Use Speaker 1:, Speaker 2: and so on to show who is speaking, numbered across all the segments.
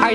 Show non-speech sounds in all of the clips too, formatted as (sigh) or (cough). Speaker 1: 爱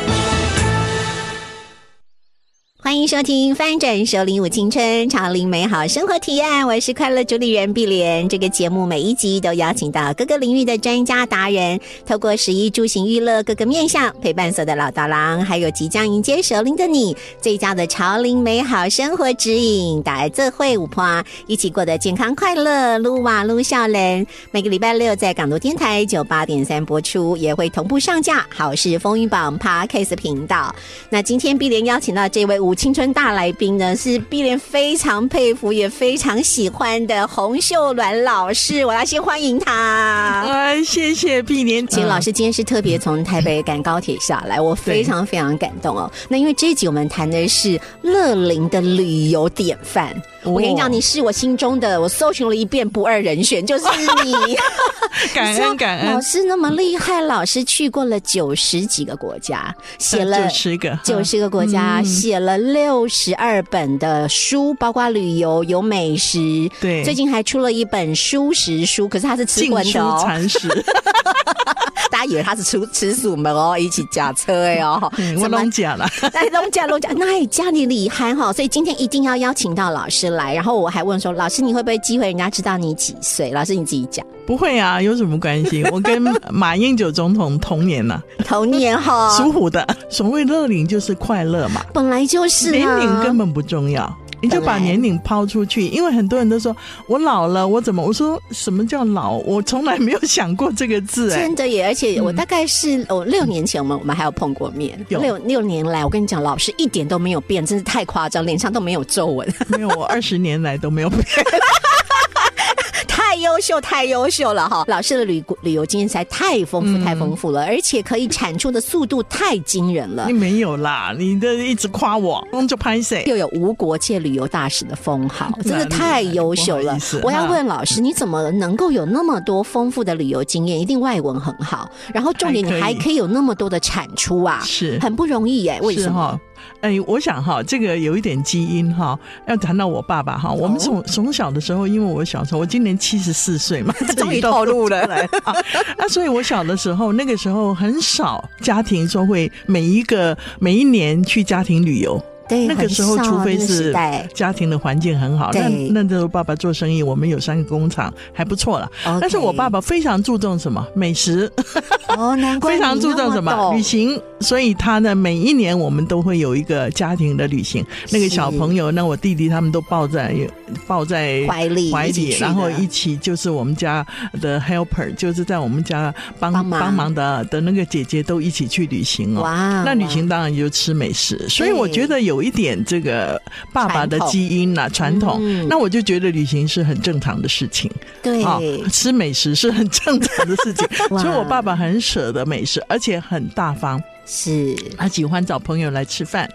Speaker 2: 欢迎收听《翻转首领舞青春，长林美好生活提案》，我是快乐主理人碧莲。这个节目每一集都邀请到各个领域的专家达人，透过食衣住行娱乐各个面向，陪伴所有的老大郎，还有即将迎接首领的你，最佳的潮林美好生活指引，打这会舞趴，一起过得健康快乐，撸哇撸笑人。每个礼拜六在港都电台九八点三播出，也会同步上架好事风云榜 Podcast 频道。那今天碧莲邀请到这位舞青春大来宾呢，是碧莲非常佩服也非常喜欢的洪秀鸾老师，我要先欢迎他。
Speaker 3: 啊，谢谢碧莲
Speaker 2: 其实老师今天是特别从台北赶高铁下来，我非常非常感动哦。那因为这一集我们谈的是乐龄的旅游典范，
Speaker 3: 哦
Speaker 2: 我跟你讲，你是我心中的，我搜寻了一遍不二人选，就是你。
Speaker 3: (laughs) 感
Speaker 2: 像
Speaker 3: 恩感
Speaker 2: 老
Speaker 3: 恩，
Speaker 2: 师那么厉害，老师去过了九十几个国家，写了
Speaker 3: 九十个，
Speaker 2: 九十个国家，
Speaker 3: 嗯
Speaker 2: 写了六十二本的书，包括旅游有美食。
Speaker 3: 对
Speaker 2: 最近还出了一本蔬食书，可是它是吃
Speaker 3: 禁
Speaker 2: 荤
Speaker 3: 书
Speaker 2: 的哦。
Speaker 3: 蚕食，
Speaker 2: (laughs) 大家以为它是吃吃素们哦，一起驾车哎哦
Speaker 3: (laughs) 嗯，我弄假了。
Speaker 2: 来弄家弄家， (laughs) 那家里厉害哈，所以今天一定要邀请到老师来。然后我还问说，老师你会不会忌讳人家知道你几岁？老师你自己讲，
Speaker 3: (laughs) 不会啊，有什么关系？我跟马英九总统同年呐、
Speaker 2: 童年
Speaker 3: (laughs)
Speaker 2: 哈，
Speaker 3: 属虎的。所谓乐龄就是快乐嘛，
Speaker 2: 本来就是
Speaker 3: 年
Speaker 2: 啊
Speaker 3: 龄根本不重要。你就把
Speaker 2: 本来
Speaker 3: 年龄抛出去，因为很多人都说我老了，我怎么？我说什么叫老？我从来没有想过这个字、哎，
Speaker 2: 真的耶！而且我大概是哦，六年前我们我们还有碰过面。
Speaker 3: 嗯有
Speaker 2: 六六年来，我跟你讲，老师一点都没有变，真是太夸张，脸上都没有皱纹，
Speaker 3: 没有，我二十年来都没有 (laughs) 变。
Speaker 2: 太优秀，太优秀了哈！老师的旅旅游经验实在太丰
Speaker 3: 嗯
Speaker 2: 富，太丰富了，而且可以产出的速度太惊人了
Speaker 3: 你。没有啦，你的一直夸我，那就拍谁？
Speaker 2: (laughs) 又有无国界旅游大使的封
Speaker 3: (laughs)
Speaker 2: 号，真的
Speaker 3: 哪里
Speaker 2: 太优秀
Speaker 3: 不好
Speaker 2: 了
Speaker 3: 意思！啊
Speaker 2: 我要
Speaker 3: 哈
Speaker 2: 问老师，你怎么能够有那么多丰富的旅游经验？一定外文很好，然后重点你
Speaker 3: 还可以
Speaker 2: 还可以有那么多的产出啊，
Speaker 3: 是
Speaker 2: 很不容易耶！为
Speaker 3: 是
Speaker 2: 什么？
Speaker 3: 哈？哎，我想哈，这个有一点基因哈。要谈到我爸爸哈，
Speaker 2: 哦
Speaker 3: 我们从从小的时候，因为我小时候，我今年七十四岁嘛，
Speaker 2: 终于
Speaker 3: (laughs) 这里
Speaker 2: 透露了
Speaker 3: 出来啊，啊所以我小的时候，那个时候很少家庭说会每一个每一年去家庭旅游。
Speaker 2: 对，
Speaker 3: 那个
Speaker 2: 哎很
Speaker 3: 时候，
Speaker 2: 少啊
Speaker 3: 除非
Speaker 2: 那个时
Speaker 3: 是
Speaker 2: 代
Speaker 3: 家庭的环境很好，那
Speaker 2: 对
Speaker 3: 那时候爸爸做生意，我们有三个工厂，还不错了。
Speaker 2: OK
Speaker 3: (laughs) 但是我爸爸非常注重什么美食，
Speaker 2: 哦，难怪
Speaker 3: 非常
Speaker 2: 你
Speaker 3: 注
Speaker 2: 那
Speaker 3: 重什么
Speaker 2: 懂
Speaker 3: 旅行，所以他呢，每一年我们都会有一个家庭的旅行。那个小朋友，那我弟弟他们都抱在抱在
Speaker 2: 怀里
Speaker 3: 怀
Speaker 2: 一起
Speaker 3: 里，
Speaker 2: 去的
Speaker 3: 然后一起就是我们家的 helper，就是在我们家帮
Speaker 2: 帮忙
Speaker 3: 帮忙的的那个姐姐都一起去旅行哦。
Speaker 2: 哇
Speaker 3: 那旅行
Speaker 2: 哇
Speaker 3: 当然就吃美食，所以我觉得有一点这个爸爸的
Speaker 2: 传统
Speaker 3: 基因呐、传统，
Speaker 2: 嗯
Speaker 3: 那我就觉得旅行是很正常的事情。
Speaker 2: 对，
Speaker 3: 啊，吃美食是很正常的事情所以
Speaker 2: (laughs) 哇
Speaker 3: 我爸爸很舍得美食，而且很大方，
Speaker 2: 是
Speaker 3: 他喜欢找朋友来吃饭。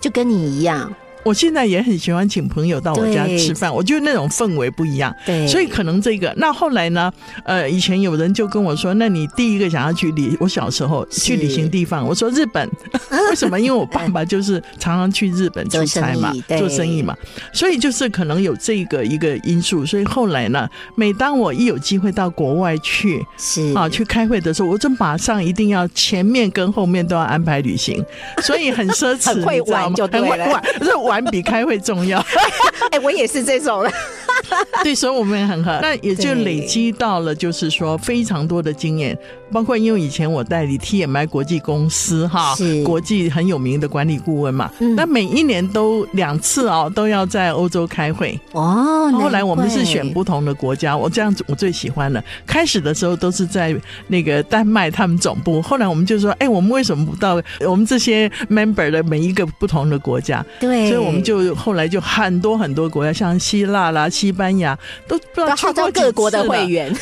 Speaker 2: 就跟你一样，
Speaker 3: 我现在也很喜欢请朋友到我家
Speaker 2: 对
Speaker 3: 吃饭，我觉得那种氛围不一样，
Speaker 2: 对，
Speaker 3: 所以可能这个。那后来呢？呃，以前有人就跟我说，那你第一个想要去旅，我小时候去旅行地方，我说日
Speaker 2: (laughs)
Speaker 3: 本，为什么？因为我爸爸就是常常去日本出差嘛
Speaker 2: 做生意，对
Speaker 3: 做生意嘛，所以就是可能有这个一个因素。所以后来呢，每当我一有机会到国外去，
Speaker 2: 是
Speaker 3: 啊，去开会的时候，我就马上一定要前面跟后面都要安排旅
Speaker 2: (laughs)
Speaker 3: 行，所以很奢侈，
Speaker 2: 很会
Speaker 3: 你知道
Speaker 2: 玩
Speaker 3: 吗
Speaker 2: 就对
Speaker 3: 很会
Speaker 2: 了
Speaker 3: 玩，这玩比开会重要。
Speaker 2: (laughs) 哎，我也是这种人，
Speaker 3: (laughs) 对，所以我们也很合，那也就累积到了，就是说非常多的经验，包括因为以前我代理 TMI 国际公司哈
Speaker 2: 是，
Speaker 3: 国际很有名的管理顾问嘛，
Speaker 2: 嗯
Speaker 3: 那每一年都两次哦，都要在欧洲开会。
Speaker 2: 哦，
Speaker 3: 后来我们是
Speaker 2: 难怪
Speaker 3: 选不同的国家，我这样子我最喜欢了。开始的时候都是在那个丹麦他们总部，后来我们就说，哎，我们为什么不到我们这些 member 的每一个不同的国家？
Speaker 2: 对，
Speaker 3: 所以我们就后来就很多很多国家，像希腊啦、西班牙，都不知道
Speaker 2: 要
Speaker 3: 去
Speaker 2: 号
Speaker 3: 过
Speaker 2: 召
Speaker 3: 几
Speaker 2: 各国的
Speaker 3: 次了
Speaker 2: 会。员，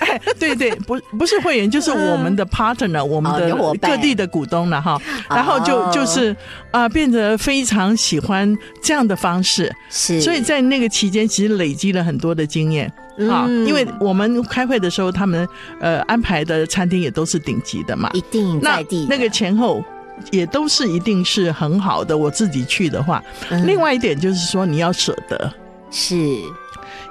Speaker 3: 哎， (laughs) 对对，不不是会员，就是我们的 partner，、我们
Speaker 2: 嗯哦
Speaker 3: 的
Speaker 2: 有伙伴哦
Speaker 3: 各地的股东了哈。然后就就是啊、变得非常喜欢这样的方式，
Speaker 2: 是，
Speaker 3: 所以在那个期间，其实累积了很多的经验。啊，
Speaker 2: 嗯
Speaker 3: 因为我们开会的时候，他们呃安排的餐厅也都是顶级的嘛，
Speaker 2: 一定
Speaker 3: 那
Speaker 2: 在地
Speaker 3: 那
Speaker 2: 的
Speaker 3: 个前后也都是一定是很好的。我自己去的话，
Speaker 2: 嗯
Speaker 3: 另外一点就是说你要舍得。
Speaker 2: 是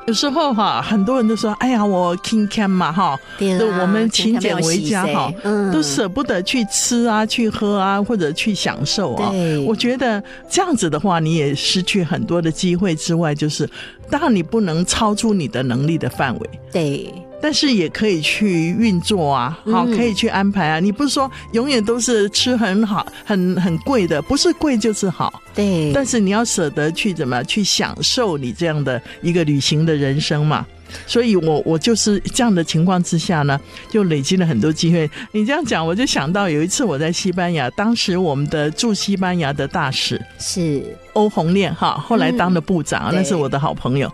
Speaker 3: 有时候哈、很多人都说：“哎呀，我 king can 嘛哈，
Speaker 2: 对啦
Speaker 3: 那我们勤俭为家
Speaker 2: 勤俭没有
Speaker 3: 哈
Speaker 2: 洗谁，嗯
Speaker 3: 都舍不得去吃啊、去喝啊，或者去享受啊
Speaker 2: 对。
Speaker 3: 我觉得这样子的话，你也失去很多的机会之外，就是当然你不能超出你的能力的范围，
Speaker 2: 对，
Speaker 3: 但是也可以去运作啊，好、
Speaker 2: 嗯
Speaker 3: 可以去安排啊。你不是说永远都是吃很好、很很贵的，不是贵就是好，
Speaker 2: 对，
Speaker 3: 但是你要舍得去怎么去享受你这样的一个旅行的人生嘛。所以我我就是这样的情况之下呢，就累积了很多机会。你这样讲，我就想到有一次我在西班牙，当时我们的驻西班牙的大使
Speaker 2: 是
Speaker 3: 欧红烈哈，后来当了部长，
Speaker 2: 嗯
Speaker 3: 那是
Speaker 2: 对
Speaker 3: 我的好朋友。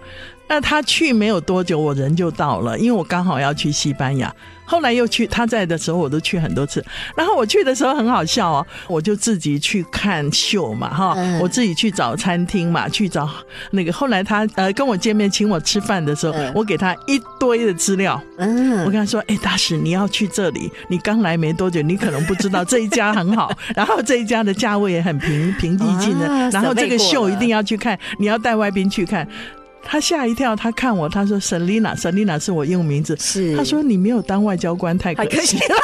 Speaker 3: 那他去没有多久，我人就到了，因为我刚好要去西班牙。后来又去他在的时候，我都去很多次。然后我去的时候很好笑哦，我就自己去看秀嘛，哈，
Speaker 2: 嗯
Speaker 3: 我自己去找餐厅嘛，去找那个。后来他呃跟我见面，请我吃饭的时候，
Speaker 2: 嗯
Speaker 3: 我给他一堆的资料，我
Speaker 2: 嗯
Speaker 3: 跟他说：“哎、大使，你要去这里，你刚来没多久，你可能不知道这一家很好，然后这一家的价位也很平平易近人，
Speaker 2: 啊
Speaker 3: 然后这
Speaker 2: 准
Speaker 3: 个
Speaker 2: 备过
Speaker 3: 秀
Speaker 2: 了
Speaker 3: 一定要去看，你要带外宾去看。”他吓一跳，他看我，他说：“Selina，Selina 是我英文名字。”
Speaker 2: 是，
Speaker 3: 他说：“你没有当外交官，太可
Speaker 2: 太可惜
Speaker 3: 惜 (laughs) 了。”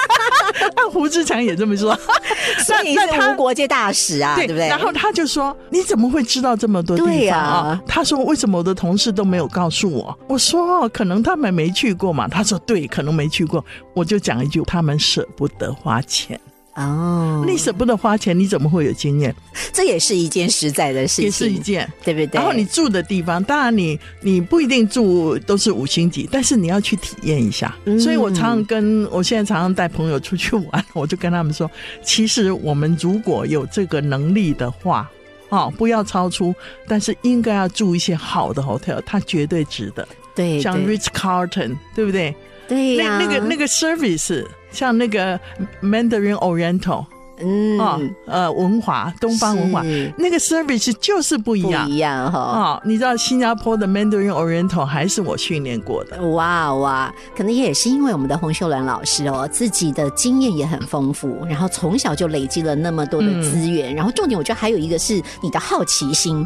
Speaker 3: 那胡志强也这么说，
Speaker 2: (laughs) 所以你
Speaker 3: 那
Speaker 2: 是
Speaker 3: 他
Speaker 2: 无国界大使啊，对不对？
Speaker 3: 然后他就说：“你怎么会知道这么多地
Speaker 2: 对
Speaker 3: 方
Speaker 2: 呀
Speaker 3: 啊？”他说：“为什么我的同事都没有告诉我？”我说：“哦可能他们没去过嘛。”他说：“对，可能没去过。”我就讲一句：“他们舍不得花钱，
Speaker 2: 哦，
Speaker 3: 你舍不得花钱，你怎么会有经验？
Speaker 2: 这也是一件实在的事情，
Speaker 3: 也是一，件。”
Speaker 2: 对不对？
Speaker 3: 然后你住的地方，当然你你不一定住都是五星级，但是你要去体验一下。
Speaker 2: 嗯
Speaker 3: 所以我常常跟我现在常常带朋友出去玩，我就跟他们说，其实我们如果有这个能力的话。哦，不要超出，但是应该要住一些好的 hotel，它绝对值得。
Speaker 2: 对
Speaker 3: 像
Speaker 2: 对
Speaker 3: Ritz Carlton，对不对？
Speaker 2: 对呀，
Speaker 3: 那那个那
Speaker 2: 个，
Speaker 3: 个 service，像那个 Mandarin Oriental
Speaker 2: 嗯
Speaker 3: 啊、呃，文华东方文华
Speaker 2: 是，
Speaker 3: 那个 service 就是不一
Speaker 2: 不
Speaker 3: 样。
Speaker 2: 一样哈。
Speaker 3: 哦，你知道新加坡的 Mandarin Oriental 还是我训练过的。
Speaker 2: 哇哇，可能也是因为我们的洪秀兰老师哦，自己的经验也很丰富，然后从小就累积了那么多
Speaker 3: 嗯
Speaker 2: 的资源，然后重点我觉得还有一个是你的好奇心，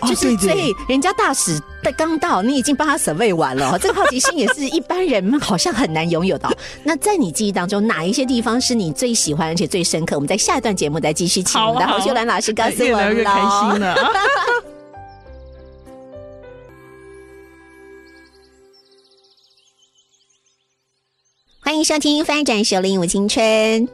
Speaker 3: 哦
Speaker 2: 就是
Speaker 3: 对对
Speaker 2: 所以人家大使的刚到，你已经帮他 survey 完了哦，这个好奇心也是一般人好像很难拥有
Speaker 3: (laughs)
Speaker 2: 的哦。那在你记忆当中，哪一些地方是你最喜欢而且最深刻？我们在下一段节目再继续请
Speaker 3: 好啊
Speaker 2: 我们的洪
Speaker 3: 好啊
Speaker 2: 秀兰老师告诉我
Speaker 3: 越
Speaker 2: 们
Speaker 3: 来越开
Speaker 2: 喽
Speaker 3: 心了啊！
Speaker 2: (laughs) 欢迎收听《翻转首领舞青春》，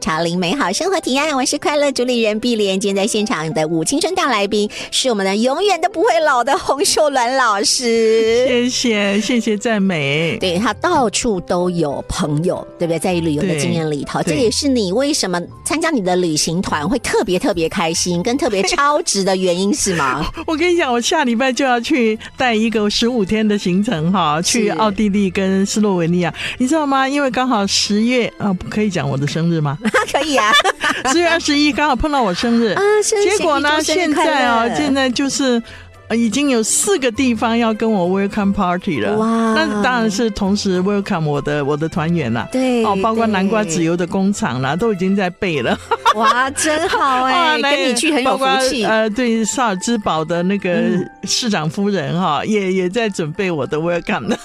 Speaker 2: 潮领美好生活提案。我是快乐主理人碧莲。今天在现场的舞青春大来宾是我们的永远都不会老的洪秀兰老师。
Speaker 3: 谢谢谢谢赞美。
Speaker 2: 对他到处都有朋友，对不对？在旅游的
Speaker 3: 对
Speaker 2: 经验里头，这
Speaker 3: 对
Speaker 2: 也是你为什么参加你的旅行团会特别特别开心，跟特别超值的原因是
Speaker 3: (laughs)
Speaker 2: 吗？
Speaker 3: 我跟你讲，我下礼拜就要去带一个十五天的行程哈，去
Speaker 2: 是
Speaker 3: 奥地利跟斯洛文尼亚，你知道吗？因为刚好十月啊，不可以讲我的生
Speaker 2: (laughs)
Speaker 3: 日吗？
Speaker 2: 可以啊，
Speaker 3: 十月二十一刚好碰到我生日
Speaker 2: 啊，生日
Speaker 3: 结果呢，
Speaker 2: 祝生日
Speaker 3: 现
Speaker 2: 快乐
Speaker 3: 在啊，现在就是。呃已经有四个地方要跟我 welcome party 了，
Speaker 2: 哇
Speaker 3: 那当然是同时 welcome 我的我的团员啦，
Speaker 2: 对
Speaker 3: 哦，包括
Speaker 2: 对
Speaker 3: 南瓜籽油的工厂啦，都已经在备了，
Speaker 2: 哇，真好
Speaker 3: (laughs) 哇
Speaker 2: 哎、
Speaker 3: 那
Speaker 2: 跟你去很有
Speaker 3: 包
Speaker 2: 福
Speaker 3: 括
Speaker 2: 气。嗯
Speaker 3: 呃，对，萨尔兹堡的那个市长夫人哈、也也在准备我的
Speaker 2: (laughs)
Speaker 3: welcome 的，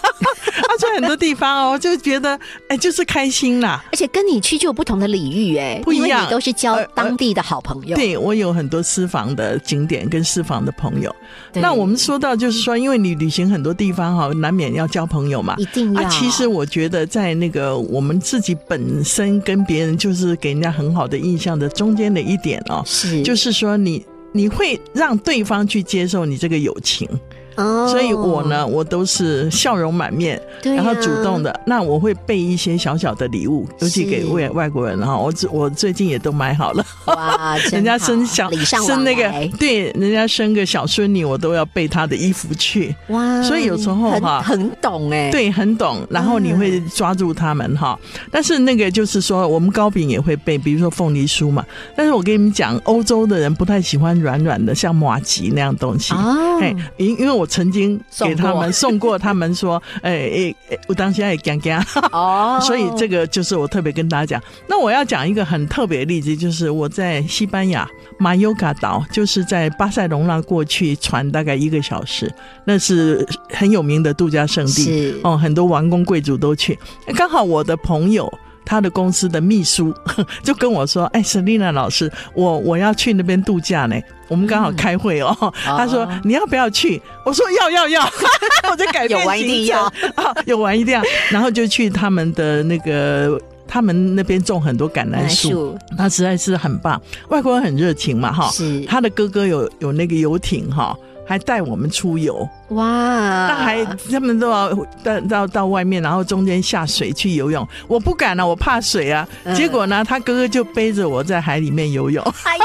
Speaker 3: 而且很多地方哦，就觉得哎，就是开心啦，
Speaker 2: 而且跟你去就有不同的领域哎、
Speaker 3: 不一样
Speaker 2: 因为你都是交
Speaker 3: 呃呃
Speaker 2: 当地的好朋友。
Speaker 3: 对我有很多私房的景点跟私房的朋友。
Speaker 2: 对
Speaker 3: 那我们说到就是说，因为你旅行很多地方哈，难免要交朋友嘛
Speaker 2: 一。定要、
Speaker 3: 啊，其实我觉得在那个我们自己本身跟别人就是给人家很好的印象的中间的一点哦，
Speaker 2: 是
Speaker 3: 就是是说你你会让对方去接受你这个友情。
Speaker 2: 哦
Speaker 3: 所以我呢，我都是笑容满面，
Speaker 2: 对啊呀
Speaker 3: 然后主动的。那我会备一些小小的礼物，尤其
Speaker 2: 是
Speaker 3: 给外外国人哈。我最我最近也都买好了，
Speaker 2: 哇，真
Speaker 3: 人家
Speaker 2: 好
Speaker 3: 生小
Speaker 2: 礼尚
Speaker 3: 生
Speaker 2: 往
Speaker 3: 那个
Speaker 2: 来
Speaker 3: 对，人家生个小孙女，我都要备她的衣服去。
Speaker 2: 哇，
Speaker 3: 所以有时候
Speaker 2: 很
Speaker 3: 哈
Speaker 2: 很懂哎，
Speaker 3: 对，很懂，然后你会抓住他们哈。
Speaker 2: 嗯
Speaker 3: 但是那个就是说，我们糕饼也会备，比如说凤梨酥嘛。但是我跟你们讲，欧洲的人不太喜欢软软的，像马吉那样东西。
Speaker 2: 哦
Speaker 3: 哎，因因为我曾经
Speaker 2: 送
Speaker 3: 给他
Speaker 2: 过
Speaker 3: 们送过，他们说，哎哎，哎我当下也干干，
Speaker 2: 哦，
Speaker 3: 所以这个就是我特别跟大家讲。那我要讲一个很特别的例子，就是我在西班牙马尤卡岛，就是在巴塞隆纳过去船大概一个小时，那是很有名的度假胜地。
Speaker 2: 是
Speaker 3: 哦，很多王公贵族都去。刚好我的朋友他的公司的秘书就跟我说：“哎，Selina 老师，我我要去那边度假呢。” (laughs) 我们刚好开会哦，
Speaker 2: 嗯
Speaker 3: 他说、你要不要去？我说要要要， (laughs) 我就改变
Speaker 2: 有玩一定
Speaker 3: 行程 (laughs) 啊，有玩一定要，然后就去他们的那个，他们那边种很多橄榄树，那实在是很棒。外国人很热情嘛，哈，
Speaker 2: 是
Speaker 3: 他的哥哥有有那个游艇哈，还带我们出游，
Speaker 2: 哇，
Speaker 3: 那
Speaker 2: 那
Speaker 3: 还他们都要到到到外面，然后中间下水去游泳，我不敢啊，我怕水啊。
Speaker 2: 嗯
Speaker 3: 结果呢，他哥哥就背着我在海里面游泳。
Speaker 2: 哎呀，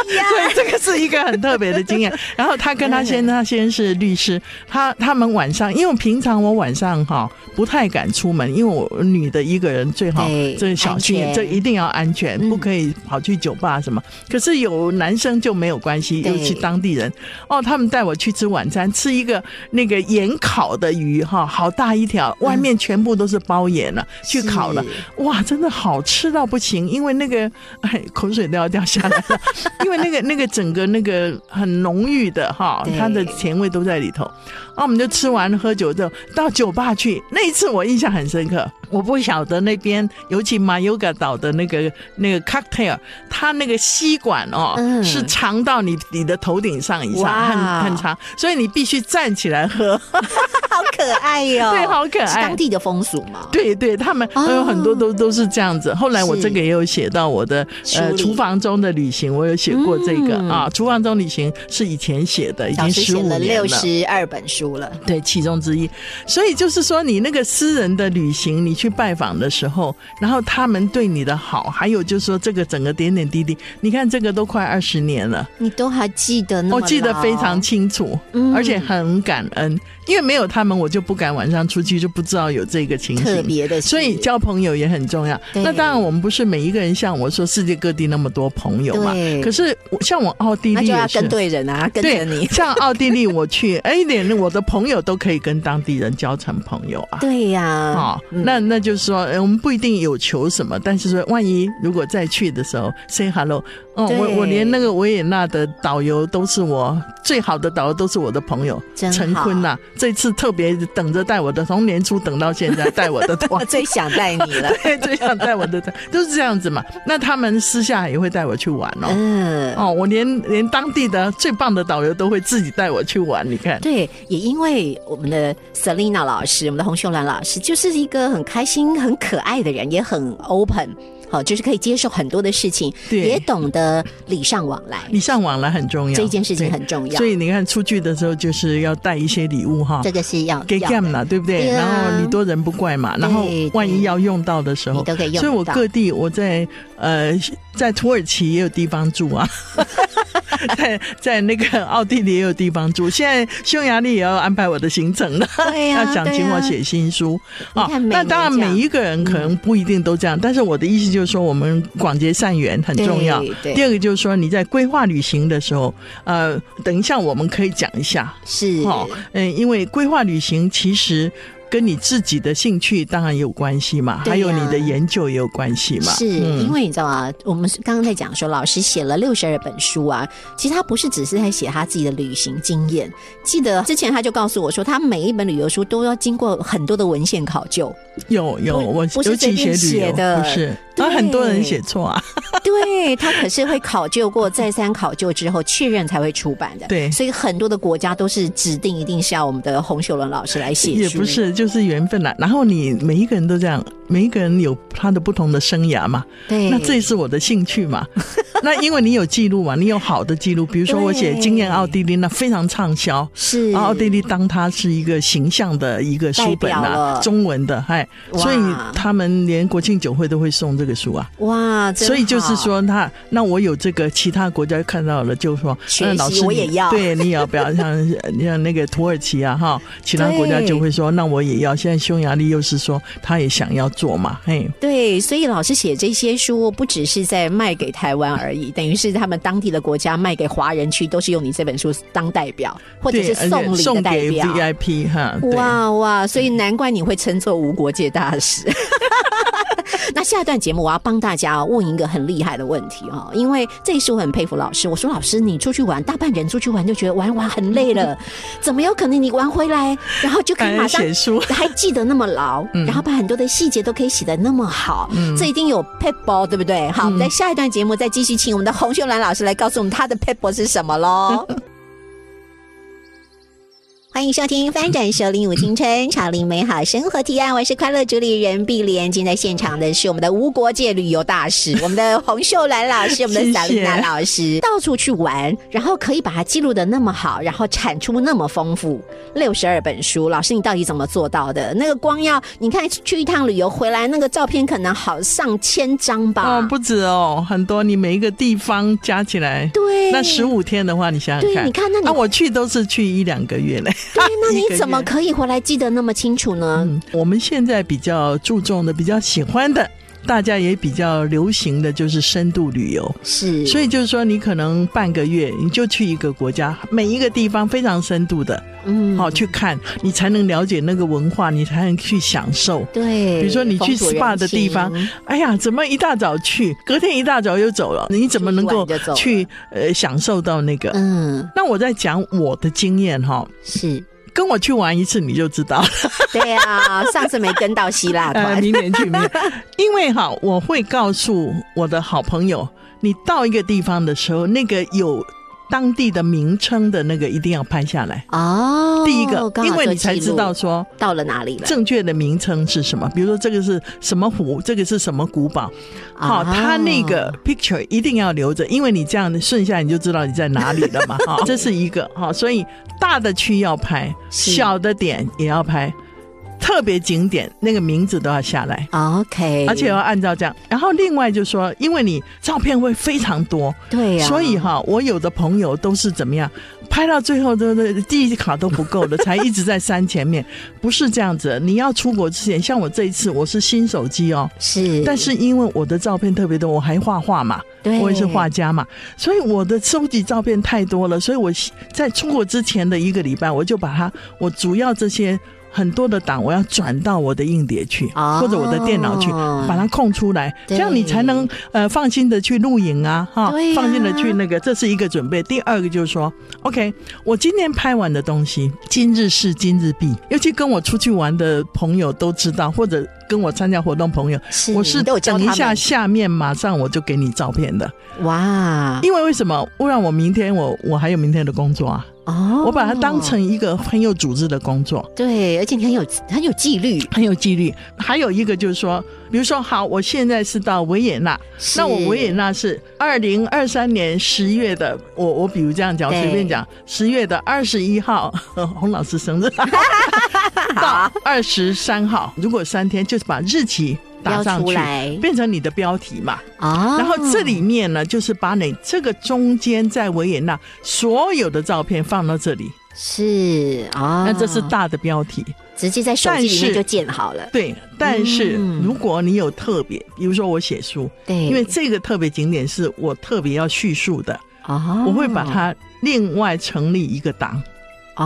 Speaker 3: 对，这个是一个很特别的经验。然后他跟他
Speaker 2: 嗯
Speaker 3: 先生，他先生是律师，他他们晚上，因为平常我晚上哈不太敢出门，因为我女的一个人最好
Speaker 2: 对
Speaker 3: 这个小心
Speaker 2: 安全，
Speaker 3: 这一定要安全，
Speaker 2: 嗯
Speaker 3: 不可以跑去酒吧什么。可是有男生就没有关系，
Speaker 2: 对
Speaker 3: 尤其当地人哦，他们带我去吃晚餐，吃一个那个盐烤的鱼哈，好大一条，
Speaker 2: 嗯
Speaker 3: 外面全部都是包盐了，去烤了。哇，真的好吃到不行，因为那个 (laughs) 哎，口水都要掉下来了， (laughs) 因为那个那个整个那个很浓郁的哈
Speaker 2: 对，
Speaker 3: 它的甜味都在里头。啊，我们就吃完喝酒之后到酒吧去，那一次我印象很深刻。我不晓得那边，尤其马尤嘎岛的那个那个 cocktail，它那个吸管哦，
Speaker 2: 嗯
Speaker 3: 是长到你你的头顶上以上，
Speaker 2: 哇
Speaker 3: 很很长，所以你必须站起来喝。
Speaker 2: 好可爱哟、
Speaker 3: (laughs) 对好可爱
Speaker 2: 是当地的风俗嘛。，
Speaker 3: 对对，他们
Speaker 2: 哦
Speaker 3: 还有很多都都是这样子。后来我
Speaker 2: 是
Speaker 3: 这个也有写到我的
Speaker 2: 书
Speaker 3: 呃
Speaker 2: 里
Speaker 3: 厨房中的旅行，我有写过这个
Speaker 2: 嗯
Speaker 3: 啊。厨房中旅行是以前写的，已
Speaker 2: 老
Speaker 3: 经
Speaker 2: 师
Speaker 3: 十
Speaker 2: 写
Speaker 3: 五
Speaker 2: 了
Speaker 3: 年
Speaker 2: 六
Speaker 3: 了。
Speaker 2: 十二本书了，
Speaker 3: 对，其中之一。所以就是说，你那个私人的旅行，你去拜访的时候，然后他们对你的好，还有就是说这个整个点点滴滴，你看这个都快二十年了，
Speaker 2: 你都还记得那么
Speaker 3: 我记得
Speaker 2: 牢
Speaker 3: 非常清楚，
Speaker 2: 嗯
Speaker 3: 而且很感恩，因为没有他们，我就不敢晚上出去，就不知道有这个情形。
Speaker 2: 特别的事，
Speaker 3: 所以交朋友也很重要。
Speaker 2: 对
Speaker 3: 那当然，我们不是每一个人像我说世界各地那么多朋友嘛
Speaker 2: 对。
Speaker 3: 可是我像我奥地
Speaker 2: 那
Speaker 3: 利
Speaker 2: 就要
Speaker 3: 也是
Speaker 2: 跟。对人啊，跟着你。
Speaker 3: 像奥地利我去，哎，连我的朋友都可以跟当地人交成朋友啊。
Speaker 2: 对呀、
Speaker 3: 好、
Speaker 2: 嗯
Speaker 3: 那那就是说，呃我们不一定有求什么，但是说，万一如果再去的时候，say hello，哦，
Speaker 2: 对
Speaker 3: 我我连那个维也纳的导游都是我最好的导游，都是我的朋友
Speaker 2: 真好
Speaker 3: 陈坤呐、这次特别等着带我的，从年初等到现在带我的团
Speaker 2: (laughs) 我。最想带你了。
Speaker 3: 对，最想带我的团都是这样子嘛。那他们私下也会带我去玩哦。
Speaker 2: (laughs) 嗯，
Speaker 3: 哦，我连连当地的最棒的导游都会自己带我去玩，你看。
Speaker 2: 对，也因为我们的 Selina 老师，我们的洪秀兰老师，就是一个很开心、很可爱的人，也很 open，好、就是可以接受很多的事情，
Speaker 3: 对
Speaker 2: 也懂得礼尚往来，
Speaker 3: 礼尚往来很重要，
Speaker 2: 这件事情
Speaker 3: 对
Speaker 2: 很重要
Speaker 3: 所以你看出去的时候就是要带一些礼物哈
Speaker 2: 这，个是要
Speaker 3: 给
Speaker 2: 要
Speaker 3: gam 啦，对不对？
Speaker 2: 对啊
Speaker 3: 然后你多人不怪嘛，然后
Speaker 2: 对
Speaker 3: 万一要用到的时
Speaker 2: 你
Speaker 3: 候，
Speaker 2: 都可以用得到。
Speaker 3: 所以我各地我在呃在土耳其也有地方
Speaker 2: (laughs)
Speaker 3: 住啊，在在那个奥地利也有地方住，现在匈牙利也要安排我的行程了。
Speaker 2: 对呀、
Speaker 3: 要想
Speaker 2: 对啊
Speaker 3: 请
Speaker 2: 呀
Speaker 3: 我写新书啊
Speaker 2: 你看每
Speaker 3: 那
Speaker 2: 年
Speaker 3: 当然
Speaker 2: 这样嗯
Speaker 3: 每一个人可能不一定都这样，但是我的意思就是说，我们广结善缘很重要
Speaker 2: 对。对
Speaker 3: 第二个就是说，你在规划旅行的时候，呃，等一下我们可以讲一下
Speaker 2: 是
Speaker 3: 哦，嗯，因为规划旅行其实。跟你自己的兴趣当然有关系嘛，
Speaker 2: 对呀
Speaker 3: 还有你的研究也有关系嘛。嗯
Speaker 2: 是、因为你知道啊，我们刚刚在讲说，老师写了六十二本书啊，其实他不是只是在写他自己的旅行经验。记得之前他就告诉我说，他每一本旅游书都要经过很多的文献考
Speaker 3: (laughs)
Speaker 2: 究。
Speaker 3: 有有，
Speaker 2: 不
Speaker 3: 我
Speaker 2: 不是
Speaker 3: 尤其
Speaker 2: 随便
Speaker 3: 写旅
Speaker 2: 写
Speaker 3: 游
Speaker 2: 的
Speaker 3: 不是，
Speaker 2: 对
Speaker 3: 啊，很多人写错啊。
Speaker 2: 对他可是会考究过，再三考究之后确认才会出版的。
Speaker 3: 对
Speaker 2: 所以很多的国家都是指定一定是要我们的洪秀伦老师来写书。
Speaker 3: 也不是，就是缘分啊啦。然后你每一个人都这样，每一个人有他的不同的生涯嘛。
Speaker 2: 对，
Speaker 3: 那这也是我的兴趣
Speaker 2: (laughs)
Speaker 3: 嘛。那因为你有记录嘛，你有好的记录，比如说我写《
Speaker 2: 对
Speaker 3: 惊艳奥地利》，那非常畅销。
Speaker 2: 是
Speaker 3: 奥地利哦当它是一个形象的一个书本
Speaker 2: 代表
Speaker 3: 啊
Speaker 2: 了，
Speaker 3: 中文的，哎，
Speaker 2: 哇
Speaker 3: 所以他们连国庆酒会都会送这个书啊。
Speaker 2: 哇，真
Speaker 3: 所以就是
Speaker 2: 好，
Speaker 3: 说，那那我有这个其他国家看到了，就说
Speaker 2: 学
Speaker 3: 那
Speaker 2: 习
Speaker 3: 老师
Speaker 2: 我也
Speaker 3: 你
Speaker 2: 要
Speaker 3: 对你也要不要像像那个土耳其啊
Speaker 2: (laughs)
Speaker 3: 哈，其他国家
Speaker 2: 对
Speaker 3: 就会说，那我也要。现在匈牙利又是说他也想要做嘛，嘿，
Speaker 2: 对，所以老师写这些书不只是在卖给台湾而已，等于是他们当地的国家卖给华人区，都是用你这本书当代表，或者
Speaker 3: 对，
Speaker 2: 是
Speaker 3: 而且
Speaker 2: 送礼的
Speaker 3: 送
Speaker 2: 代
Speaker 3: 给
Speaker 2: 表。
Speaker 3: VIP 哈，对。
Speaker 2: 哇哇！所以难怪你会称作无国界大使。那下一段节目，我要帮大家问一个很厉害的问题哦，因为这一次我很佩服老师。我说老师，你出去玩，大半人出去玩就觉得玩玩很累了，怎么有可能你玩回来，然后就可以马上
Speaker 3: 还写书
Speaker 2: 还记得那么牢，然后把很多的细节都可以写得那么好，这一定有 p e p b l 对不对？好，我们在下一段节目再继续请我们的洪秀兰老师来告诉我们他的 p e p b l 是什么喽。欢迎收听《翻转首领舞青春》，潮领美好生活提案。我是快乐主理人碧莲。今天在现场的是我们的无国界旅游大 (laughs) 使，我们的洪秀兰老师，我们的
Speaker 3: 谢谢
Speaker 2: 萨琳娜老师，到处去玩，然后可以把它记录的那么好，然后产出那么丰富，六十二本书。老师，你到底怎么做到的？那个光要你看去一趟旅游回来，那个照片可能好上千张吧？
Speaker 3: 哦，不止哦，很多，你每一个地方加起来，
Speaker 2: 对，
Speaker 3: 那十。五天的话，你想想
Speaker 2: 对
Speaker 3: 看，
Speaker 2: 你看那你
Speaker 3: 啊，我去都是去一两个月嘞。 (laughs)
Speaker 2: 对，那
Speaker 3: 一个
Speaker 2: 你
Speaker 3: 月
Speaker 2: 怎么可以回来记得那么清楚呢？
Speaker 3: 嗯，我们现在比较注重的、比较喜欢的，大家也比较流行的就是深度旅游。
Speaker 2: 是，
Speaker 3: 所以就是说，你可能半个月你就去一个国家，每一个地方非常深度的，
Speaker 2: 嗯
Speaker 3: 好、去看，你才能了解那个文化，你才能去享受。
Speaker 2: 对，
Speaker 3: 比如说你去
Speaker 2: 风土人
Speaker 3: SPA 的地方
Speaker 2: 情，
Speaker 3: 哎呀，怎么一大早去，隔天一大早又走了？你怎么能够
Speaker 2: 去一晚就走了
Speaker 3: 去呃享受到那个？
Speaker 2: 嗯，
Speaker 3: 那我在讲我的经验哈、
Speaker 2: 是
Speaker 3: 跟我去玩一次你就知道了。
Speaker 2: 对啊，上次没跟到希腊
Speaker 3: (laughs) 呃，
Speaker 2: 团，
Speaker 3: 明年去，明
Speaker 2: (laughs)
Speaker 3: 年，因为哈，我会告诉我的好朋友，你到一个地方的时候，那个有当地的名称的那个一定要拍下来。
Speaker 2: 哦，
Speaker 3: 第一个，
Speaker 2: 刚好
Speaker 3: 因为
Speaker 2: 做
Speaker 3: 你才
Speaker 2: 记
Speaker 3: 知
Speaker 2: 录
Speaker 3: 道说
Speaker 2: 到了哪里了。
Speaker 3: 正确的名称是什么，比如说这个是什么湖，这个是什么古堡，好、
Speaker 2: 哦
Speaker 3: 它那个 picture 一定要留着，因为你这样顺下来你就知道你在哪里
Speaker 2: (laughs)
Speaker 3: 了嘛，哈、这是一个哈、所以大的区要拍，
Speaker 2: 是
Speaker 3: 小的点也要拍，特别景点那个名字都要下来。
Speaker 2: OK，
Speaker 3: 而且要按照这样。然后另外就说，因为你照片会非常多，
Speaker 2: 对啊呀，
Speaker 3: 所以哈，我有的朋友都是怎么样，拍到最后都都第一卡都不够了，才一直在山前面。不是这样子，你要出国之前，像我这一次我是新手机哦，
Speaker 2: 是，
Speaker 3: 但是因为我的照片特别多，我还画画嘛，
Speaker 2: 对
Speaker 3: 我也是画家嘛，所以我的收集照片太多了，所以我在出国之前的一个礼拜，我就把它我主要这些。很多的档我要转到我的硬碟去，
Speaker 2: 哦
Speaker 3: 或者我的电脑去，把它空出来，
Speaker 2: 对
Speaker 3: 这样你才能呃放心的去露营啊，哈，
Speaker 2: 对呀
Speaker 3: 放心的去那个，这是一个准备。第二个就是说，OK，我今天拍完的东西，今日事今日毕，尤其跟我出去玩的朋友都知道，或者跟我参加活动朋友，
Speaker 2: 是
Speaker 3: 我是
Speaker 2: 你都有教
Speaker 3: 等一
Speaker 2: 他
Speaker 3: 下
Speaker 2: 们
Speaker 3: 下面马上我就给你照片的，
Speaker 2: 哇
Speaker 3: 因为为什么？不然我明天我我还有明天的工作啊，
Speaker 2: 哦，
Speaker 3: 我把它当成一个很有组织的工作，
Speaker 2: 对，而且你很有 (laughs) 很有纪律，
Speaker 3: 很有纪律。还有一个就是说，比如说好，我现在是到维也纳，
Speaker 2: 是
Speaker 3: 那我维也纳是二零二三年十月的，我我比如这样讲，我
Speaker 2: 对
Speaker 3: 随便讲，十月的二十一号， (laughs) 洪老师生日
Speaker 2: (laughs)
Speaker 3: 到二十三号，如果三天就是把日期打
Speaker 2: 标
Speaker 3: 上
Speaker 2: 出
Speaker 3: 去
Speaker 2: 来，
Speaker 3: 变成你的标题嘛。
Speaker 2: 啊，
Speaker 3: 然后这里面呢，就是把你这个中间在维也纳所有的照片放到这里，
Speaker 2: 哦是啊，
Speaker 3: 那这是大的标题。
Speaker 2: 直接在手机里
Speaker 3: 但
Speaker 2: 面
Speaker 3: 是
Speaker 2: 就建好了，
Speaker 3: 对，但是
Speaker 2: 嗯
Speaker 3: 如果你有特别，比如说我写书，
Speaker 2: 对，
Speaker 3: 因为这个特别景点是我特别要叙述的，
Speaker 2: 哦，
Speaker 3: 我会把它另外成立一个档。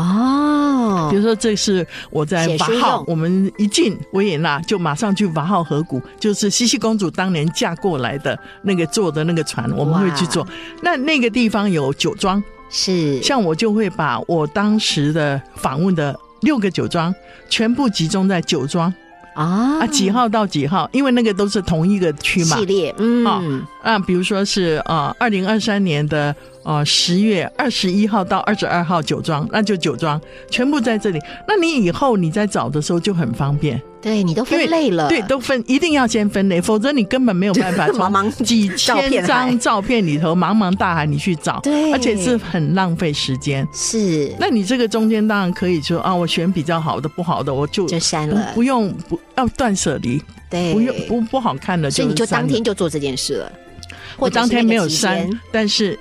Speaker 2: 哦
Speaker 3: 比，如说，这是我在
Speaker 2: 写
Speaker 3: 法
Speaker 2: 书
Speaker 3: 号
Speaker 2: 用，
Speaker 3: 我们一进维也纳就马上去法号河谷，就是茜茜公主当年嫁过来的那个坐的那个船，我们会去坐。那那个地方有酒庄，
Speaker 2: 是
Speaker 3: 像我就会把我当时的访问的六个酒庄全部集中在酒庄
Speaker 2: 啊
Speaker 3: 啊，几号到几号，因为那个都是同一个区嘛
Speaker 2: 系。列，嗯，
Speaker 3: 啊，比如说是呃，二零二三年的呃十月二十一号到二十二号酒庄，那就酒庄全部在这里。那你以后你在找的时候就很方便，
Speaker 2: 对你都分类了，
Speaker 3: 对，都分一定要先分类，否则你根本没有办法
Speaker 2: (laughs) 茫茫
Speaker 3: 从几
Speaker 2: 照片
Speaker 3: 千张
Speaker 2: 海
Speaker 3: 照片里头茫茫大海你去找，
Speaker 2: 对
Speaker 3: 而且是很浪费时间。
Speaker 2: 是
Speaker 3: 那你这个中间当然可以说啊，我选比较好的，不好的我就
Speaker 2: 就删
Speaker 3: 不
Speaker 2: 了，
Speaker 3: 不用不要断舍离，
Speaker 2: 对，
Speaker 3: 不用不不好看的就
Speaker 2: 所以你就
Speaker 3: 删
Speaker 2: 当
Speaker 3: 了
Speaker 2: 天就做这件事了，
Speaker 3: 我
Speaker 2: 或者
Speaker 3: 当
Speaker 2: 是
Speaker 3: 天
Speaker 2: 那个
Speaker 3: 没有
Speaker 2: 期
Speaker 3: 删
Speaker 2: 间，
Speaker 3: 但是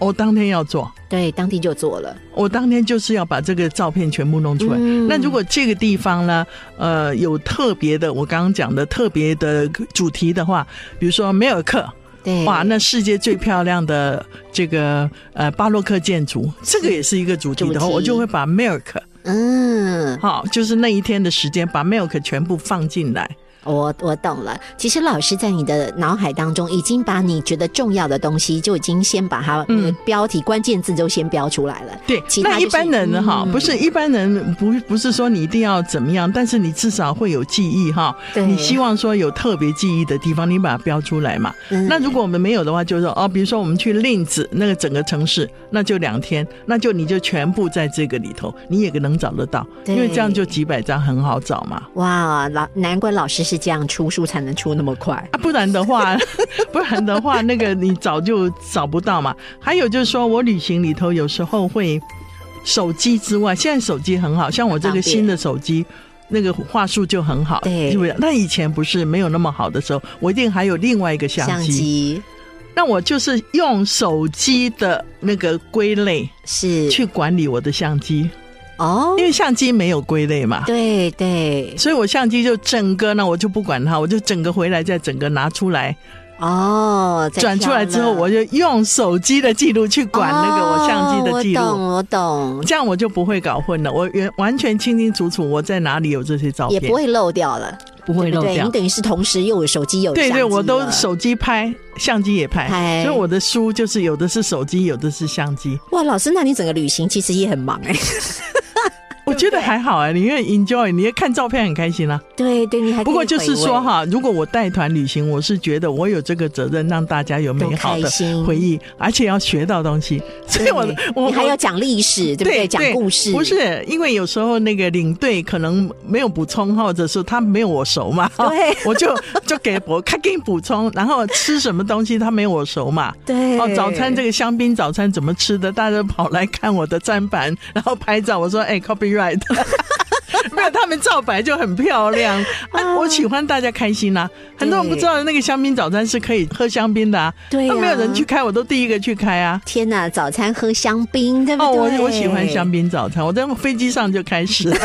Speaker 3: 我当天要做，
Speaker 2: 对，当天就做了，
Speaker 3: 我当天就是要把这个照片全部弄出来。
Speaker 2: 嗯
Speaker 3: 那如果这个地方呢，呃，有特别的，我刚刚讲的特别的主题的话，比如说梅尔克，
Speaker 2: 对，
Speaker 3: 哇，那世界最漂亮的这个呃巴洛克建筑，这个也是一个主题的话，
Speaker 2: 主题
Speaker 3: 我就会把 milk
Speaker 2: 嗯，
Speaker 3: 哈、就是那一天的时间，把 milk 全部放进来。
Speaker 2: 我我懂了。其实老师在你的脑海当中已经把你觉得重要的东西就已经先把它
Speaker 3: 嗯
Speaker 2: 呃标题、关键字都先标出来了。
Speaker 3: 对，
Speaker 2: 其他
Speaker 3: 那
Speaker 2: 就
Speaker 3: 一
Speaker 2: 是
Speaker 3: 般人哈、
Speaker 2: 嗯
Speaker 3: 不是一般人不不是说你一定要怎么样，但是你至少会有记忆哈。
Speaker 2: 对
Speaker 3: 你希望说有特别记忆的地方，你把它标出来嘛。
Speaker 2: 嗯
Speaker 3: 那如果我们没有的话，就是说哦，比如说我们去令子那个整个城市，那就两天，那就你就全部在这个里头，你也能找得到，
Speaker 2: 对
Speaker 3: 因为这样就几百张很好找嘛。
Speaker 2: 哇，老难怪老师是这样出书才能出那么快。
Speaker 3: 啊，不然的话， (laughs) 不然的话，那个你早就找不到嘛。还有就是说我旅行里头有时候会手机之外，现在手机很好，像我这
Speaker 2: 方
Speaker 3: 个
Speaker 2: 便
Speaker 3: 新的手机。那个话术就很好，
Speaker 2: 对
Speaker 3: 是不是？那以前不是没有那么好的时候，我一定还有另外一个相
Speaker 2: 相
Speaker 3: 机。
Speaker 2: 机
Speaker 3: 那我就是用手机的那个归类
Speaker 2: 是
Speaker 3: 去管理我的相机，
Speaker 2: 哦
Speaker 3: 因，为相机没有归类嘛。
Speaker 2: 对对
Speaker 3: 所以我相机就整个呢，我就不管它，我就整个回来再整个拿出来，
Speaker 2: 哦，再
Speaker 3: 转出来之后，
Speaker 2: 挑了
Speaker 3: 我就用手机的记录去管那个我相机
Speaker 2: 哦
Speaker 3: 的记
Speaker 2: 我
Speaker 3: 录，
Speaker 2: 懂我懂，
Speaker 3: 这样我就不会搞混了。我原完全清清楚楚我在哪里有这些照
Speaker 2: 也
Speaker 3: 片，
Speaker 2: 不会漏掉了，
Speaker 3: 不
Speaker 2: 对
Speaker 3: 会漏
Speaker 2: 不对？
Speaker 3: 掉
Speaker 2: 你。等于是同时又有手机又有
Speaker 3: 对
Speaker 2: 相
Speaker 3: 对，
Speaker 2: 机
Speaker 3: 我都
Speaker 2: 了
Speaker 3: 手机拍，相机也
Speaker 2: 拍
Speaker 3: 拍，所以我的书就是有的是手机，有的是相机。
Speaker 2: 哇，老师，那你整个旅行其实也很忙
Speaker 3: (laughs)
Speaker 2: 哎、
Speaker 3: 我觉得还好啊，你因为 enjoy，你也看照片很开心啦、
Speaker 2: 对对，你还可以
Speaker 3: 不过就是
Speaker 2: 回
Speaker 3: 说
Speaker 2: 味，
Speaker 3: 哈，如果我带团旅行，我是觉得我有这个责任让大家有美好
Speaker 2: 都开
Speaker 3: 的
Speaker 2: 心
Speaker 3: 回忆，而且要学到东西。所以我
Speaker 2: 对
Speaker 3: 我
Speaker 2: 你还
Speaker 3: 我
Speaker 2: 要讲历史，对不对？讲故事
Speaker 3: 不。是因为有时候那个领队可能没有补充，或者是他没有我熟嘛，
Speaker 2: 对
Speaker 3: (laughs) 我就就给我看给你补充，然后吃什么东西他没有我熟嘛。
Speaker 2: 对
Speaker 3: 哦，早餐这个香槟早餐怎么吃的？大家跑来看我的站板，然后拍照。我说：“哎、c o p y r i g h t (laughs) 没有，他们照白就很漂亮。
Speaker 2: 嗯
Speaker 3: 啊、我喜欢大家开心啦、啊很多人不知道那个香槟早餐是可以喝香槟的啊。
Speaker 2: 对啊
Speaker 3: 那没有人去开，我都第一个去开啊。
Speaker 2: 天哪，早餐喝香槟，对不
Speaker 3: 哦，
Speaker 2: 对？
Speaker 3: 我我喜欢香，槟早餐，我在飞机上就开始了。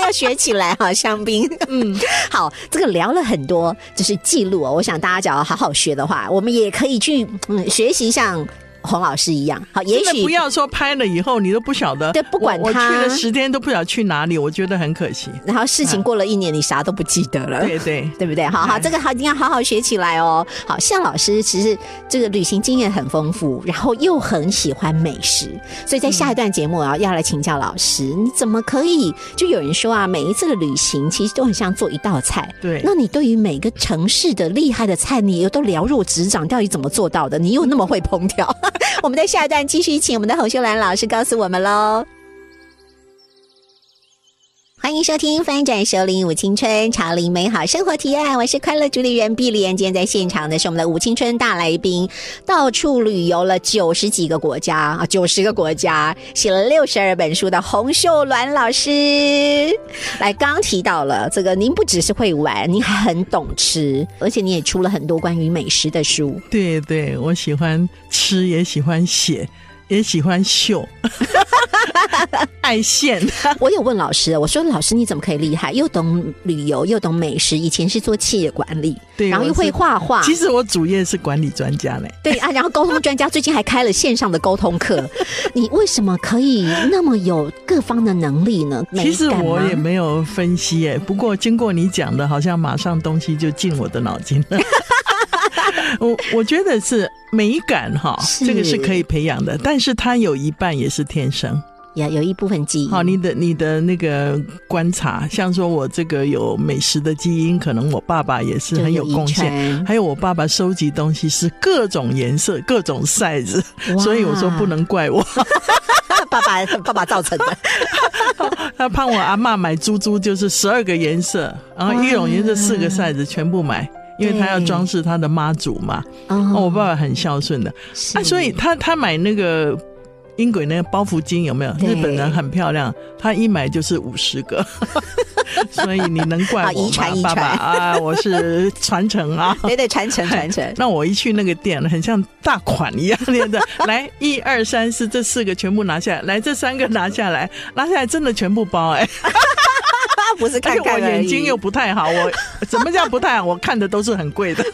Speaker 2: 要哎学起来哈、香槟。嗯， (laughs) 好，这个聊了很多，就是记录哦。我想大家只要好好学的话，我们也可以去嗯学习像洪老师一样。好， (laughs) 也
Speaker 3: 真的
Speaker 2: 许
Speaker 3: 不要说拍了以后你都不晓得，
Speaker 2: 对不管
Speaker 3: 我我去
Speaker 2: 它
Speaker 3: 了十天都不晓得去哪里，我觉得很可惜。
Speaker 2: 然后事情过了一年，你啥都不记得了。
Speaker 3: 对对。
Speaker 2: 对不对？好好，
Speaker 3: 对
Speaker 2: 这个好一定要好好学起来哦。好，向老师其实这个旅行经验很丰富，然后又很喜欢美食，所以在下一段节目啊，要来请教老师，你怎么可以？就有人说啊，每一次的旅行其实都很像做一道菜。
Speaker 3: 对
Speaker 2: 那你对于每个城市的厉害的菜，你又都了若指掌，到底怎么做到的？你又那么会烹调？ (laughs) 我们在下一段继续请我们的侯秀兰老师告诉我们喽。欢迎收听《翻转首领舞青春潮领美好生活提案》，我是快乐主理人碧莲。今天在现场的是我们的舞青春大来宾，到处旅游了九十几个国家啊，九十个国家，写了六十二本书的洪秀銮老师。来，刚提到了这个，您不只是会玩，您还很懂吃，而且你也出了很多关于美食的
Speaker 3: (laughs)
Speaker 2: 书。
Speaker 3: 对对，我喜欢吃，也喜欢写，也喜欢秀， (laughs) 爱现。
Speaker 2: 我有问老师，我说老师你怎么可以厉害，又懂旅游又懂美食？以前是做企业管理，
Speaker 3: 对
Speaker 2: 然后又
Speaker 3: 我是
Speaker 2: 会画画。
Speaker 3: 其实我主业是管理专家嘞，
Speaker 2: 对啊，然后沟通专
Speaker 3: (laughs)
Speaker 2: 家最近还开了线上的沟通课，你为什么可以那么有各方的能力呢？美
Speaker 3: 其实
Speaker 2: 感
Speaker 3: 我
Speaker 2: 吗
Speaker 3: 也没有分析
Speaker 2: (laughs)
Speaker 3: 耶，不过经过你讲的，好像马上东西就进我的脑筋了。 (laughs) 我我觉得是美感哈，
Speaker 2: 是
Speaker 3: 这个是可以培养的，但是它有一半也是天生。
Speaker 2: 有有一部分记忆。
Speaker 3: 好，你的你的那个观察，像说我这个有美食的基因，可能我爸爸也是
Speaker 2: 就
Speaker 3: 很有
Speaker 2: 遗
Speaker 3: 贡献。
Speaker 2: 传
Speaker 3: 还有我爸爸收集东西是各种颜色、各种 size，
Speaker 2: 哇
Speaker 3: 所以我说不能怪我。
Speaker 2: 爸爸 (laughs) 爸爸造成的，
Speaker 3: 他帮我阿嬷买珠珠就是十二个颜色，然后一种颜色四个 size 全部买，因为他要
Speaker 2: 对
Speaker 3: 装饰他的妈祖嘛。
Speaker 2: 嗯
Speaker 3: 哦，我爸爸很孝顺的，
Speaker 2: 是
Speaker 3: 啊，所以他他买那个。英鬼那个包袱巾有没有？
Speaker 2: 对
Speaker 3: 日本人很漂亮，他一买就是五十
Speaker 2: (laughs)
Speaker 3: 个，所以你能怪
Speaker 2: 好啊
Speaker 3: 我
Speaker 2: 遗传遗
Speaker 3: 吗？爸爸
Speaker 2: 传
Speaker 3: 啊，我是传承啊。，
Speaker 2: 对对传承传承
Speaker 3: (laughs) 那我一去那个店，很像大款一样
Speaker 2: (laughs)
Speaker 3: 练的，来一二三四这四个全部拿下来，来这三个拿下来，拿下来真的全部包哎、
Speaker 2: 他不是 (laughs)
Speaker 3: 而
Speaker 2: 看
Speaker 3: 且我
Speaker 2: 看而
Speaker 3: 眼睛
Speaker 2: 已 (laughs)
Speaker 3: 又，不太好，我怎么叫不太好？我看的都是很贵的 (laughs)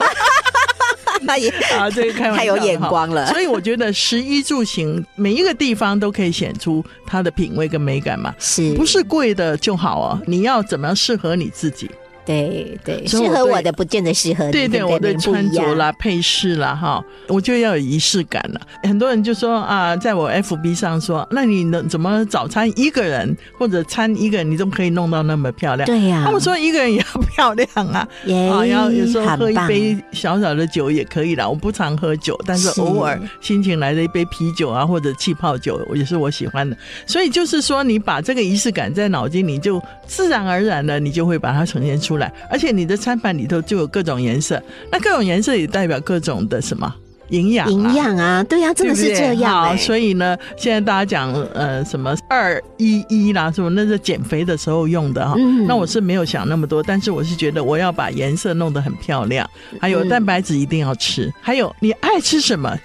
Speaker 2: 那也
Speaker 3: 啊，这个开玩笑的哈
Speaker 2: 太有眼光了
Speaker 3: 所以我觉得食衣住行每一个地方都可以显出它的品味跟美感嘛，
Speaker 2: (laughs) 是
Speaker 3: 不是贵的就好哦，你要怎么样适合你自己？
Speaker 2: 对对，适
Speaker 3: 所以我
Speaker 2: 合
Speaker 3: 对
Speaker 2: 我的不见得适合你，
Speaker 3: 对
Speaker 2: 对
Speaker 3: 对，
Speaker 2: 不
Speaker 3: 我
Speaker 2: 每个
Speaker 3: 的
Speaker 2: 人
Speaker 3: 穿
Speaker 2: 不一样
Speaker 3: 着啦、配饰啦，哈，我就要有仪式感了。很多人就说啊，在我 FB 上说，那你能怎么早餐一个人或者餐一个人，你都可以弄到那么漂亮？
Speaker 2: 对啊呀，
Speaker 3: 他们啊说一个人也要漂亮啊，
Speaker 2: 耶
Speaker 3: 啊，要有时候
Speaker 2: 很
Speaker 3: 喝一
Speaker 2: 棒
Speaker 3: 杯小小的酒也可以啦。我不常喝酒，但是
Speaker 2: 是
Speaker 3: 偶尔心情来了一杯啤酒啊，或者气泡酒，也是我喜欢的。所以就是说，你把这个仪式感在脑筋，你就自然而然的，你就会把它呈现出来。而且你的餐盘里头就有各种颜色，那各种颜色也代表各种的什么营养、啊，
Speaker 2: 营养啊，对呀，真的
Speaker 3: 对不
Speaker 2: 是
Speaker 3: 对
Speaker 2: 这样
Speaker 3: 好
Speaker 2: 哎，
Speaker 3: 所以呢，现在大家讲呃什么二一一啦，什么那是减肥的时候用的哈、
Speaker 2: 嗯
Speaker 3: 那我是没有想那么多，但是我是觉得我要把颜色弄得很漂亮，还有
Speaker 2: 嗯
Speaker 3: 蛋白质一定要吃，还有你爱吃什么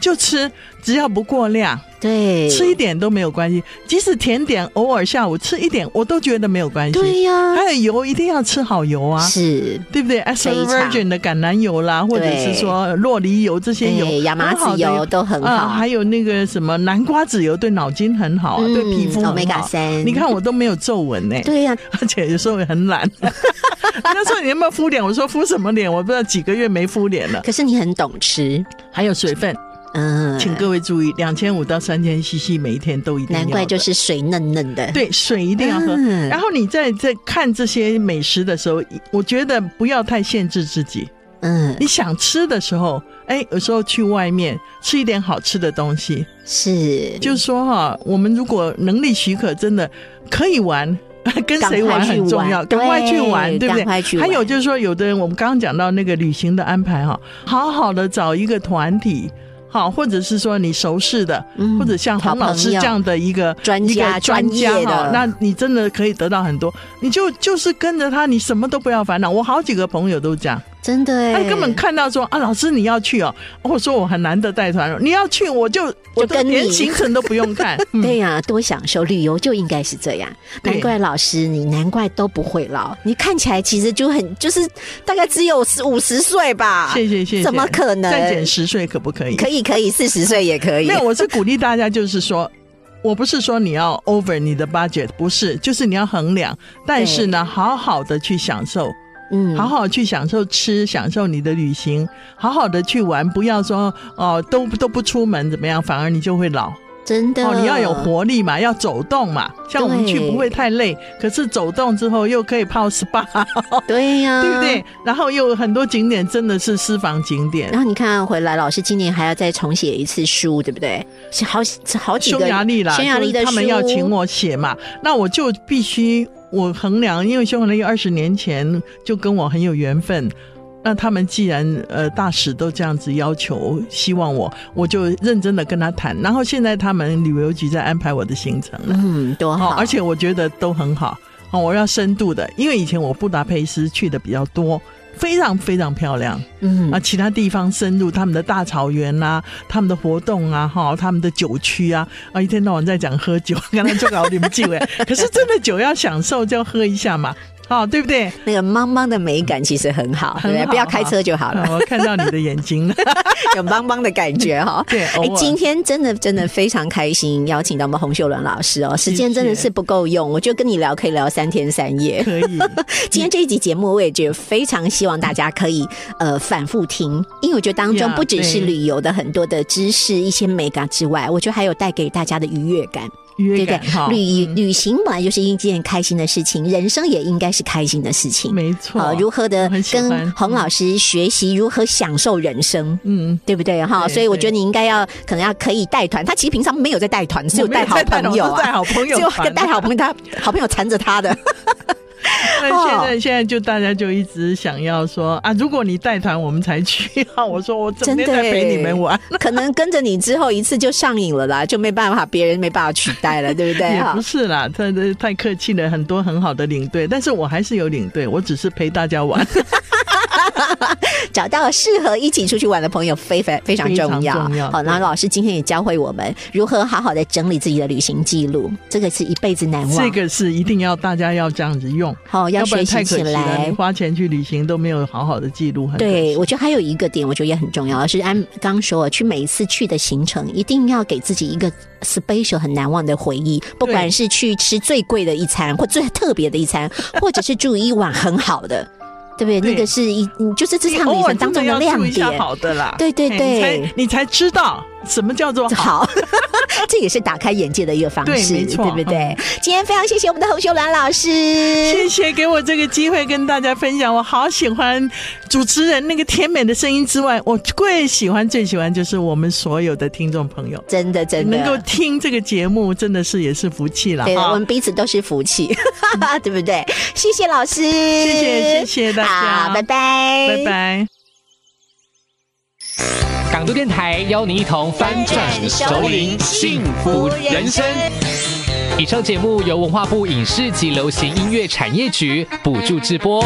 Speaker 3: 就吃，只要不过量，
Speaker 2: 对，
Speaker 3: 吃一点都没有关系。即使甜点偶尔下午吃一点，我都觉得没有关系。
Speaker 2: 对呀，
Speaker 3: 还有油一定要吃好油啊。
Speaker 2: 是
Speaker 3: 对不对？extra
Speaker 2: 非常
Speaker 3: virgin 的橄榄油啦，或者是说洛梨油这些
Speaker 2: 对
Speaker 3: 油，
Speaker 2: 亚麻
Speaker 3: 很好
Speaker 2: 籽
Speaker 3: 的
Speaker 2: 油都很好
Speaker 3: 啊还有那个什么南瓜籽油，对脑筋很好啊，对皮肤很
Speaker 2: 嗯 omega
Speaker 3: 好。
Speaker 2: 三，
Speaker 3: 你看我都没有皱纹呢、
Speaker 2: 对呀，
Speaker 3: 而且有时候也很懒。 (laughs) 人家说你有没有敷脸？我说敷什么脸？我不知道几个月没敷脸了。
Speaker 2: 可是你很懂吃，
Speaker 3: 还有水分，
Speaker 2: 嗯，
Speaker 3: 请各位注意，两千五到三千 CC 每一天都一定要
Speaker 2: 难
Speaker 3: 的。
Speaker 2: 怪就是水嫩嫩的，
Speaker 3: 对，水一定要喝。
Speaker 2: 嗯
Speaker 3: 然后你在在看这些美食的时候，我觉得不要太限制自己。
Speaker 2: 嗯，
Speaker 3: 你想吃的时候，哎，有时候去外面吃一点好吃的东西，
Speaker 2: 是
Speaker 3: 就是说哈、我们如果能力许可，真的可以玩。 (laughs) 跟谁玩很重要，赶
Speaker 2: 赶
Speaker 3: 快
Speaker 2: 快
Speaker 3: 去
Speaker 2: 去
Speaker 3: 玩，
Speaker 2: 玩
Speaker 3: 对不对
Speaker 2: 对赶快去？玩
Speaker 3: 还有就是说，有的人我们刚刚讲到那个旅行的安排哈，好好的找一个团体，好，或者是说你熟识的，
Speaker 2: 嗯
Speaker 3: 或者像
Speaker 2: 好
Speaker 3: 洪老师
Speaker 2: 朋
Speaker 3: 这
Speaker 2: 友
Speaker 3: 样的一个
Speaker 2: 专
Speaker 3: 一
Speaker 2: 家
Speaker 3: 个专
Speaker 2: 专业
Speaker 3: 家哈
Speaker 2: 的，
Speaker 3: 那你真的可以得到很多。你就就是跟着他，你什么都不要烦恼。我好几个朋友都这样，
Speaker 2: 真的哎，
Speaker 3: 他根本看到说啊，老师你要去哦，我说我很难得带团，你要去我就我都
Speaker 2: 跟你
Speaker 3: 连行程都不用看，嗯
Speaker 2: (laughs) 对呀、多享受旅游就应该是这样。
Speaker 3: 对
Speaker 2: 难怪老师你，难怪都不会老，你看起来其实就很就是大概只有十五十岁吧。
Speaker 3: 谢谢谢谢，
Speaker 2: 啊怎么可能
Speaker 3: 再减十岁可不可以？
Speaker 2: 可以可以，四十岁也可以。
Speaker 3: 没有，我是鼓励大家，就是说。我不是说你要 over 你的 budget，不是，就是你要衡量，但是呢，好好的去享受，
Speaker 2: 嗯
Speaker 3: 好好去享受吃，享受你的旅行，好好的去玩，不要说哦、都都不出门怎么样，反而你就会老。
Speaker 2: 真的
Speaker 3: 哦，你要有活力嘛，要走动嘛。像我们去
Speaker 2: 对
Speaker 3: 不会太累，可是走动之后又可以泡 SPA，
Speaker 2: 嗯对呀、
Speaker 3: 对不对？？然后又有很多景点真的是私房景点
Speaker 2: 然，后你看回来，老师今年还要再重写一次书，对不对？是好是好几个
Speaker 3: 匈牙利啦，
Speaker 2: 匈牙利的书，
Speaker 3: 就是他们要请我写嘛，那我就必须我衡量，因为匈牙利二十年前就跟我很有缘分。那他们既然呃大使都这样子要求，希望我，我就认真的跟他谈。然后现在他们旅游局在安排我的行程了。
Speaker 2: 嗯，多好，
Speaker 3: 哦，而且我觉得都很好哦。我要深度的，因为以前我布达佩斯去的比较多，非常非常漂亮
Speaker 2: 嗯
Speaker 3: 啊。其他地方深入他们的大草原啦、他们的活动啊，哈、他们的酒区啊，啊，一天到晚在讲喝酒，跟他做搞你们酒哎。 (laughs) 可是真的酒要享受，就要喝一下嘛，哦，对不对？
Speaker 2: 那个茫茫的美感其实很好，对
Speaker 3: 很
Speaker 2: 不对？
Speaker 3: 好
Speaker 2: 不要开车就好了
Speaker 3: 啊。我看到你的眼睛
Speaker 2: (laughs)
Speaker 3: 了，
Speaker 2: 有帮帮的感觉哈、哦。
Speaker 3: 对 (laughs) 偶
Speaker 2: 哎
Speaker 3: 尔，
Speaker 2: 今天真的真的非常开心，邀请到我们洪秀伦老师哦，时间
Speaker 3: 谢谢
Speaker 2: 真的是不够用，我觉得跟你聊可以聊三天三
Speaker 3: (laughs)
Speaker 2: 夜。
Speaker 3: 可
Speaker 2: (laughs)
Speaker 3: 以。
Speaker 2: 今天这一集节目，我也觉得非常希望大家可以呃反复听，因为我觉得当中
Speaker 3: Yeah，
Speaker 2: 不只是
Speaker 3: 对
Speaker 2: 旅游的很多的知识、一些美感之外，我觉得还有带给大家的愉悦感。
Speaker 3: 约
Speaker 2: 对不
Speaker 3: 感哈嗯
Speaker 2: 对？，旅旅行本来就是一件开心的事情，人生也应该是开心的事情。
Speaker 3: 没错
Speaker 2: 好，如何
Speaker 3: 我
Speaker 2: 的
Speaker 3: 很喜
Speaker 2: 跟
Speaker 3: 欢
Speaker 2: 洪老师学习如何享受人生，
Speaker 3: 嗯，
Speaker 2: 对不对哈？
Speaker 3: 对
Speaker 2: 所以我
Speaker 3: 对
Speaker 2: 觉得你应该要可能要可以带团，他其实平常没有在带团，只有
Speaker 3: 我没
Speaker 2: 带
Speaker 3: 有
Speaker 2: 好
Speaker 3: 在带团
Speaker 2: 朋友
Speaker 3: 我是带
Speaker 2: 啊，(laughs)
Speaker 3: 好朋友
Speaker 2: 只有
Speaker 3: 团
Speaker 2: 带好朋友，他 (laughs) 好朋友缠着他的。哦
Speaker 3: 那现在现在就大家就一直想要说啊，如果你带团我们才去 (laughs) 啊。我说我整
Speaker 2: 真
Speaker 3: 天
Speaker 2: 的
Speaker 3: 在陪你
Speaker 2: 耶
Speaker 3: 们玩，
Speaker 2: 可能跟着你之后一次就上瘾了啦，就没办法，别人没办法取代了，对不啊对
Speaker 3: (laughs) 也
Speaker 2: 哈
Speaker 3: 不？是啦，太太客气了，很多很好的领队，但是我还是有领队，我只是陪大家玩，
Speaker 2: 找到适合一起出去玩的朋友非非非常重
Speaker 3: 非
Speaker 2: 要。
Speaker 3: 常重要
Speaker 2: 好，
Speaker 3: 对
Speaker 2: 那老师今天也教会我们如何好好的整理自己的旅行记录，这个是一辈子难忘。
Speaker 3: (laughs) 这个是一定要大家要这样子用，
Speaker 2: 好、要
Speaker 3: 不
Speaker 2: 学
Speaker 3: 然太
Speaker 2: 习
Speaker 3: 可
Speaker 2: 起
Speaker 3: 惜了，
Speaker 2: 来
Speaker 3: 你。花钱去旅行都没有好好的记录，很可
Speaker 2: 对，
Speaker 3: 惜
Speaker 2: 我觉得还有一个点，我觉得也很重要，是安刚说，去每一次去的行程，一定要给自己一个 special 很难忘的回忆，不
Speaker 3: 对
Speaker 2: 管是去吃最贵的一餐，或最特别的一
Speaker 3: (laughs)
Speaker 2: 餐，或者是住一晚很好的，对不对？
Speaker 3: 对
Speaker 2: 那个是一，嗯就是这
Speaker 3: 你
Speaker 2: 场旅
Speaker 3: 偶尔
Speaker 2: 程当中
Speaker 3: 真的要
Speaker 2: 亮
Speaker 3: 注意一下
Speaker 2: 点。
Speaker 3: 好的啦，
Speaker 2: 对对
Speaker 3: 嘿你
Speaker 2: 对
Speaker 3: 才你才知道什么叫做好。
Speaker 2: 好， (laughs) 这也是打开眼界的一个方
Speaker 3: 对
Speaker 2: 式，
Speaker 3: 没错
Speaker 2: 对不对？今天非常谢谢我们的洪秀兰老师，
Speaker 3: 谢谢给我这个机会跟大家分享，我好喜欢主持人那个甜美的声音之外，我最喜欢最喜欢就是我们所有的听众朋友。
Speaker 2: 真的真的
Speaker 3: 能够听这个节目，真的是也是福气了
Speaker 2: 对的，我
Speaker 3: 哈
Speaker 2: 们！彼此都是福气， (laughs) 对不对？谢谢老师，谢
Speaker 3: 谢谢谢大家
Speaker 2: 好，拜拜，
Speaker 3: 拜。拜。
Speaker 1: 港都电台邀您一同翻转
Speaker 2: 熟龄
Speaker 1: 幸福人生。以上节目由文化部影视及流行音乐产业局补助直播。